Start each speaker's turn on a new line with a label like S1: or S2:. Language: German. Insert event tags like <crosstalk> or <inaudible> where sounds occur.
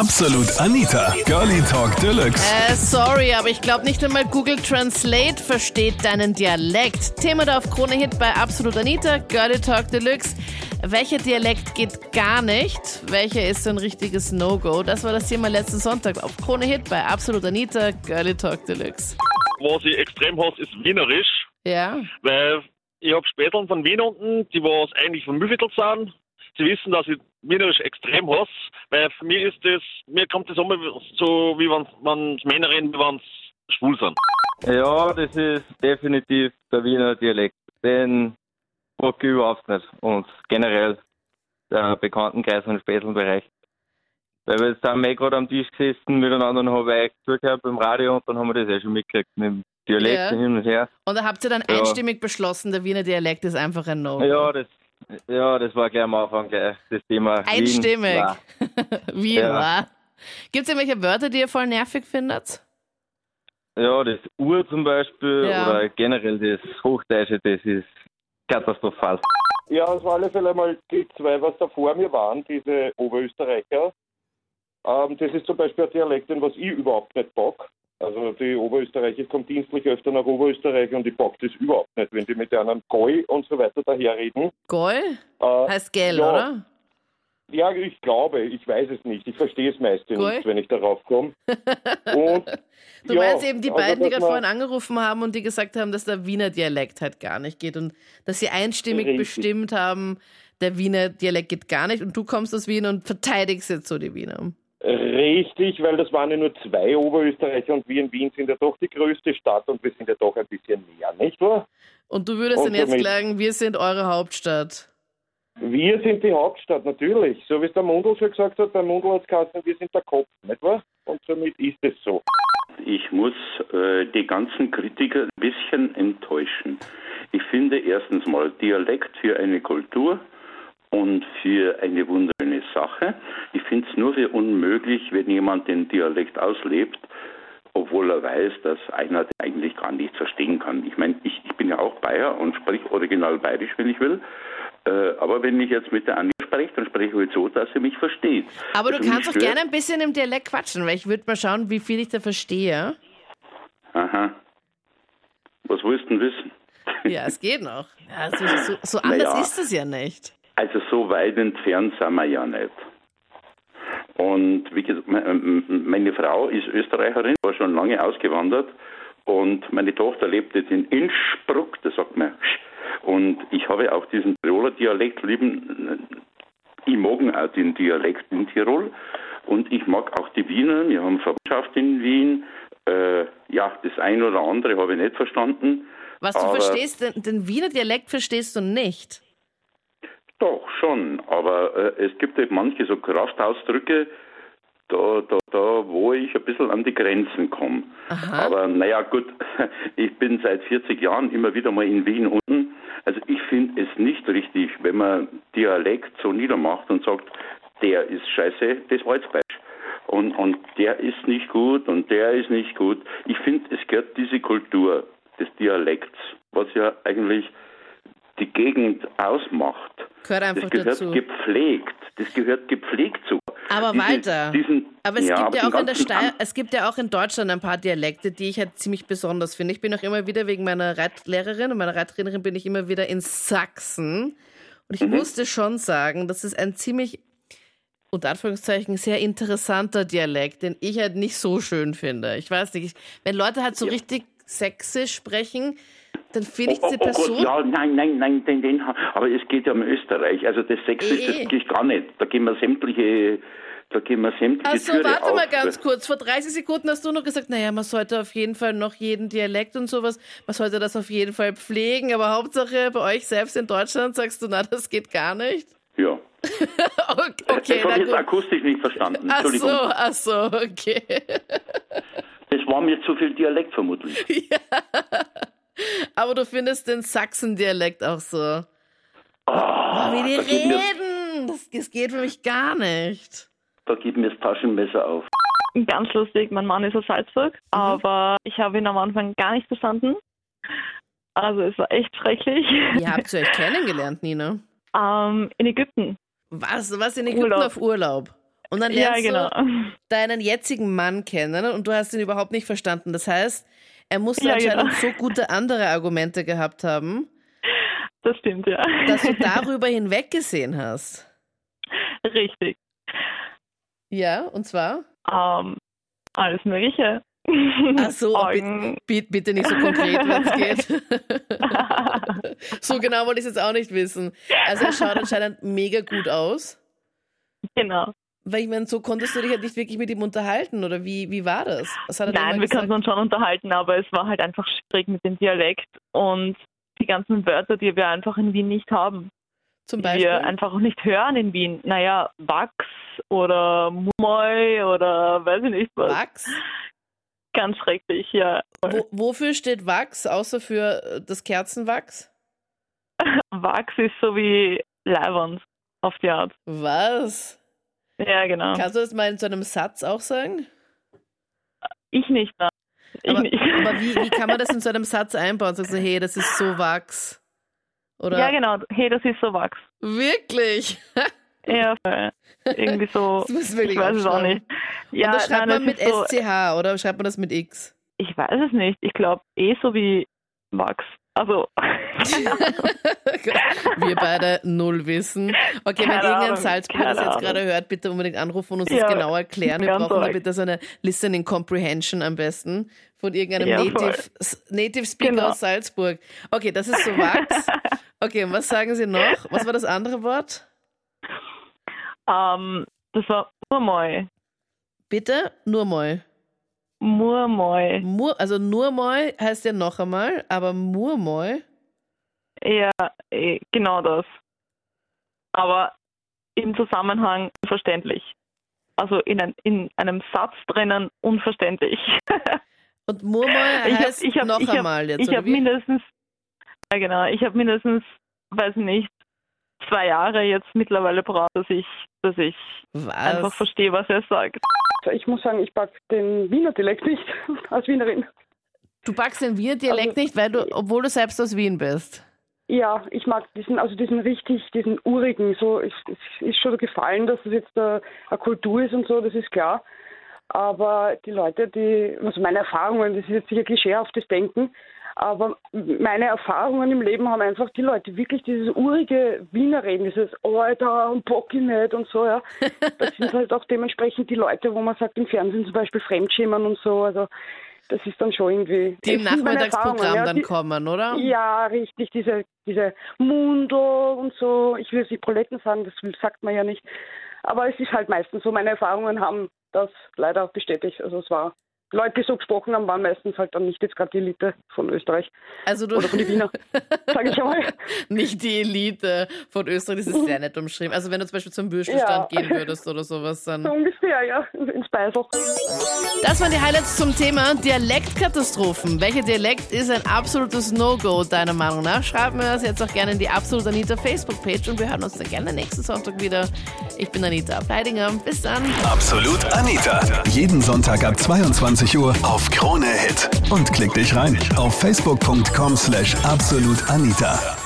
S1: Absolut Anita, Girlie Talk Deluxe.
S2: Äh, sorry, aber ich glaube nicht einmal Google Translate versteht deinen Dialekt. Thema da auf Krone Hit bei Absolut Anita, Girlie Talk Deluxe. Welcher Dialekt geht gar nicht? Welcher ist so ein richtiges No-Go? Das war das Thema letzten Sonntag auf Krone Hit bei Absolut Anita, Girlie Talk Deluxe.
S3: was ich extrem hasse, ist Wienerisch,
S2: Ja,
S3: weil ich habe Späteln von Wien unten, die was eigentlich von Mühlviertel sind. Sie wissen, dass ich Wienerisch extrem hasse, weil für mich ist das, mir kommt das immer so, wie wenn man's Männer reden, wie wenn schwul sind.
S4: Ja, das ist definitiv der Wiener Dialekt. Den mag ich überhaupt nicht. Und generell der Bekanntenkreis und Spätelbereich. Weil wir jetzt haben eh gerade am Tisch gesessen miteinander und habe ich zugehört beim Radio und dann haben wir das eh schon mitgekriegt mit dem Dialekt
S2: Ja.
S4: hin und her.
S2: und da habt ihr dann
S4: Ja.
S2: einstimmig beschlossen, der Wiener Dialekt ist einfach ein No-Go.
S4: Ja, das, ja, das war gleich am Anfang gleich das Thema. Wien.
S2: Einstimmig.
S4: Nein.
S2: <laughs> Wie
S4: Ja.
S2: war? Gibt es irgendwelche Wörter, die ihr voll nervig findet?
S4: Ja, das Uhr zum Beispiel
S2: Ja.
S4: oder generell das Hochdeutsche, das ist katastrophal.
S5: Ja, auf alle Fälle mal die zwei, was da vor mir waren, diese Oberösterreicher. Ähm, das ist zum Beispiel ein Dialekt, den was ich überhaupt nicht bock. Also die Oberösterreicher, ich komme dienstlich öfter nach Oberösterreich und ich bock das überhaupt nicht, wenn die mit einem Goi und so weiter daherreden.
S2: Goll?
S5: Äh,
S2: Heißt Gell,
S5: Ja.
S2: oder?
S5: ja, ich glaube, ich weiß es nicht. Ich verstehe es meistens
S2: Goi?
S5: nicht, wenn ich darauf
S2: <laughs>
S5: komme. Und
S2: Du
S5: ja,
S2: meinst eben die
S5: also,
S2: beiden, die gerade
S5: dass man-
S2: vorhin angerufen haben und die gesagt haben, dass der Wiener Dialekt halt gar nicht geht und dass sie einstimmig
S5: Richtig.
S2: bestimmt haben, der Wiener Dialekt geht gar nicht und du kommst aus Wien und verteidigst jetzt so die Wiener.
S5: Richtig, weil das waren ja nur zwei Oberösterreicher und wir in Wien sind ja doch die größte Stadt und wir sind ja doch ein bisschen mehr, nicht wahr?
S2: Und du würdest
S5: Und
S2: dann jetzt
S5: damit-
S2: klagen, wir sind eure Hauptstadt.
S5: Wir sind die Hauptstadt, natürlich. So wie es der Mundl schon gesagt hat, der Mundl hat geheißen, wir sind der Kopf, nicht wahr? Und somit ist es so.
S6: Ich muss äh, die ganzen Kritiker ein bisschen enttäuschen. Ich finde erstens mal Dialekt für eine Kultur und für eine wunderschöne Sache. Ich finde es nur für unmöglich, wenn jemand den Dialekt auslebt, obwohl er weiß, dass einer den eigentlich gar nicht verstehen kann. Ich meine, ich, ich bin ja auch Bayer und spreche original bayerisch, wenn ich will. Äh, aber wenn ich jetzt mit der Annie spreche, dann spreche ich halt so, dass sie mich versteht.
S2: Aber du
S6: Also mich
S2: kannst doch
S6: stört-
S2: gerne ein bisschen im Dialekt quatschen, weil ich würde mal schauen, wie viel ich da verstehe.
S6: Aha. Was willst du denn wissen?
S2: Ja, es geht noch. Ja, so, so, so anders
S6: Naja.
S2: ist es ja nicht.
S6: Also so weit entfernt sind wir ja nicht. Und wie gesagt, me- ähm, m- m- meine Frau ist Österreicherin, war schon lange ausgewandert und meine Tochter lebt jetzt in Innsbruck, da sagt man Sch. Und ich habe auch diesen Tiroler Dialekt lieben, äh, ich mag ihn auch den Dialekt in Tirol und ich mag auch die Wiener, wir haben Verwandtschaft in Wien. Äh, ja, das eine oder andere habe ich nicht verstanden.
S2: Was du
S6: Aber-
S2: verstehst, den, den Wiener Dialekt verstehst du nicht.
S6: Doch, schon, aber äh, es gibt halt manche so Kraftausdrücke, da, da, da, wo ich ein bisschen an die Grenzen komme. Aber naja, gut, <laughs> ich bin seit 40 Jahren immer wieder mal in Wien unten. Also ich finde es nicht richtig, wenn man Dialekt so niedermacht und sagt, der ist scheiße, das war jetzt falsch. Und, und der ist nicht gut und der ist nicht gut. Ich finde, es gehört diese Kultur des Dialekts, was ja eigentlich die Gegend ausmacht.
S2: Gehört einfach
S6: das gehört
S2: dazu.
S6: gepflegt. Das gehört gepflegt zu.
S2: Aber
S6: Diesen-
S2: Walter,
S6: diesen-
S2: aber es
S6: ja,
S2: gibt ja
S6: den
S2: auch in der
S6: ganzen
S2: Stei
S6: An-
S2: es gibt ja auch in Deutschland ein paar Dialekte, die ich halt ziemlich besonders finde. Ich bin auch immer wieder wegen meiner Reitlehrerin und meiner Reitlehrerin bin ich immer wieder in Sachsen und ich
S6: Mhm.
S2: musste schon sagen, das ist ein ziemlich unter Anführungszeichen sehr interessanter Dialekt, den ich halt nicht so schön finde. Ich weiß nicht, ich, wenn Leute halt so richtig sächsisch sprechen, dann finde ich diese Person
S6: Oh, Gott, ja, nein, nein, nein, den, den, aber es geht ja um Österreich. Also das Sächsische,
S2: Eh, eh.
S6: das geht gar nicht. Da gehen wir sämtliche, da gehen wir sämtliche
S2: Achso,
S6: Türe
S2: warte
S6: auf.
S2: mal ganz kurz. Vor 30 Sekunden hast du noch gesagt, naja, man sollte auf jeden Fall noch jeden Dialekt und sowas, man sollte das auf jeden Fall pflegen, aber Hauptsache bei euch selbst in Deutschland sagst du, na, das geht gar nicht. <laughs>
S6: Ja.
S2: Okay,
S6: das habe ich
S2: okay
S6: jetzt
S2: na gut.
S6: akustisch nicht verstanden.
S2: Ach so,
S6: Äh, Entschuldigung.
S2: ach so, okay. <laughs>
S6: Das war mir zu viel Dialekt vermutlich.
S2: Aber du findest den Sachsen-Dialekt auch so.
S6: Ah,
S2: Oh, wie die
S6: da, geht mir,
S2: reden! Das, das geht für mich gar nicht.
S6: da geht mir das Taschenmesser auf.
S7: Ganz lustig, mein Mann ist aus Salzburg,
S2: Mhm.
S7: aber ich habe ihn am Anfang gar nicht verstanden. Also es war echt schrecklich.
S2: Wie habt ihr euch kennengelernt, Nina?
S7: <laughs> Ähm, in Ägypten.
S2: Was, was in Ägypten
S7: Urlaub.
S2: auf Urlaub? Und dann
S7: Ja,
S2: lernst
S7: genau.
S2: du deinen jetzigen Mann kennen und du hast ihn überhaupt nicht verstanden. Das heißt, er muss
S7: Ja,
S2: anscheinend
S7: genau.
S2: so gute andere Argumente gehabt haben,
S7: Das stimmt, ja.
S2: dass du darüber hinweggesehen hast.
S7: <laughs> Richtig.
S2: Ja, und zwar?
S7: Ähm, alles Mögliche.
S2: Ach
S7: <laughs>
S2: so,
S7: Augen.
S2: bitte, bitte nicht so konkret,
S7: <laughs>
S2: wenn es geht. so genau wollte ich es jetzt auch nicht wissen. Also er schaut anscheinend mega gut aus.
S7: Genau.
S2: Weil ich meine, so konntest du dich halt nicht wirklich mit ihm unterhalten, oder wie, wie war das? Was hat er denn
S7: Nein,
S2: mal
S7: wir
S2: gesagt?
S7: konnten uns schon unterhalten, aber es war halt einfach schwierig mit dem Dialekt und die ganzen Wörter, die wir einfach in Wien nicht haben,
S2: Zum
S7: die
S2: Beispiel.
S7: wir einfach auch nicht hören in Wien. Naja, Wachs oder Mumoi oder weiß ich nicht was.
S2: Wachs?
S7: Ganz schrecklich, ja.
S2: Wo, wofür steht Wachs, außer für äh, das Kerzenwachs?
S7: Wachs ist so wie Leibwand auf die Art.
S2: Was?
S7: Ja, genau.
S2: Kannst du das mal in so einem Satz auch sagen?
S7: Ich nicht, nein. Ich
S2: aber
S7: nicht.
S2: aber wie,
S7: <laughs>
S2: wie kann man das in so einem Satz einbauen? Sagst du, hey, das ist so Wachs. Oder
S7: Ja, genau. Hey, das ist so Wachs.
S2: wirklich?
S7: Ja, voll. irgendwie so.
S2: <laughs> Das muss wirklich
S7: Oh, ich weiß es auch
S2: aufschreiben.
S7: nicht. Ja,
S2: Und das schreibt
S7: nein,
S2: man
S7: es
S2: mit
S7: ist so,
S2: SCH oder schreibt man das mit X?
S7: Ich weiß es nicht. Ich glaube, eh so wie Wachs. Also, <laughs>
S2: <laughs> Wir beide null wissen. Okay, wenn
S7: Keine
S2: irgendein
S7: Ahnung,
S2: Salzburger
S7: keine
S2: das jetzt
S7: Ahnung.
S2: gerade hört, bitte unbedingt anrufen und uns
S7: Ja,
S2: das genau erklären. Wir
S7: ganz
S2: brauchen da
S7: arg.
S2: bitte so eine Listening Comprehension am besten von irgendeinem
S7: Ja, voll.
S2: Native, S- Native Speaker
S7: Genau.
S2: aus Salzburg. Okay, das ist so Wachs. Okay, und was sagen Sie noch? Was war das andere Wort?
S7: ähm, das war Murmoy.
S2: Bitte? Nur mal.
S7: Murmoy.
S2: Mur, also nur mal heißt ja noch einmal, aber Murmoy.
S7: Ja, eh, genau das. Aber im Zusammenhang unverständlich. Also in, ein, in einem Satz drinnen unverständlich.
S2: Und Murmoy
S7: ich habe
S2: heißt
S7: ich hab,
S2: noch
S7: ich
S2: einmal
S7: hab,
S2: jetzt.
S7: ich
S2: oder
S7: hab
S2: wie?
S7: mindestens, ja genau, ich habe mindestens, weiß nicht, zwei Jahre jetzt mittlerweile braucht, dass ich, dass ich einfach
S2: was?
S7: verstehe, was er sagt.
S8: Ich muss sagen, ich pack den Wiener Dialekt nicht <laughs> als Wienerin.
S2: Du packst den Wiener Dialekt
S8: Also-
S2: nicht, weil du, obwohl du selbst aus Wien bist.
S8: Ja, ich mag diesen, also diesen richtig, diesen urigen. So, es es ist schon gefallen, dass das jetzt äh, eine Kultur ist und so, das ist klar. Aber die Leute, die, also meine Erfahrungen, das ist jetzt sicher klischeehaftes Denken, aber meine Erfahrungen im Leben haben einfach die Leute wirklich dieses urige Wiener reden, dieses Alter und Bock ich nicht und
S2: <laughs>
S8: so, ja. Das sind halt auch dementsprechend die Leute, wo man sagt, im Fernsehen zum Beispiel Fremdschämern und so, also das ist dann schon irgendwie.
S2: Die im
S8: Das sind meine
S2: Nachmittagsprogramm
S8: Erfahrungen, ja,
S2: dann
S8: die-
S2: kommen, oder?
S8: ja, richtig, diese, diese Mundel und so. Ich will jetzt nicht Proletten sagen, das sagt man ja nicht. Aber es ist halt meistens so, meine Erfahrungen haben das leider bestätigt. Also es war, Leute, die so gesprochen haben, waren meistens halt dann nicht jetzt gerade die Elite von Österreich
S2: Also du
S8: oder von
S2: <laughs>
S8: den Wiener, sage ich einmal.
S2: nicht die Elite von Österreich, das ist sehr nett umschrieben. Also wenn du zum Beispiel zum Würstelstand
S8: Ja. <laughs>
S2: gehen würdest oder sowas,
S8: So
S2: dann.
S8: ungefähr, ja, ins Beisel.
S2: Das waren die Highlights zum Thema Dialektkatastrophen. Welcher Dialekt ist ein absolutes No-Go deiner Meinung nach? Schreib mir das jetzt auch gerne in die Absolut Anita Facebook-Page und wir hören uns dann gerne nächsten Sonntag wieder. Ich bin Anita Ableidinger. Bis dann.
S1: Absolut Anita. Jeden Sonntag ab 22 Uhr auf Krone Hit. Und klick dich rein auf facebook.com/slash absolutanita.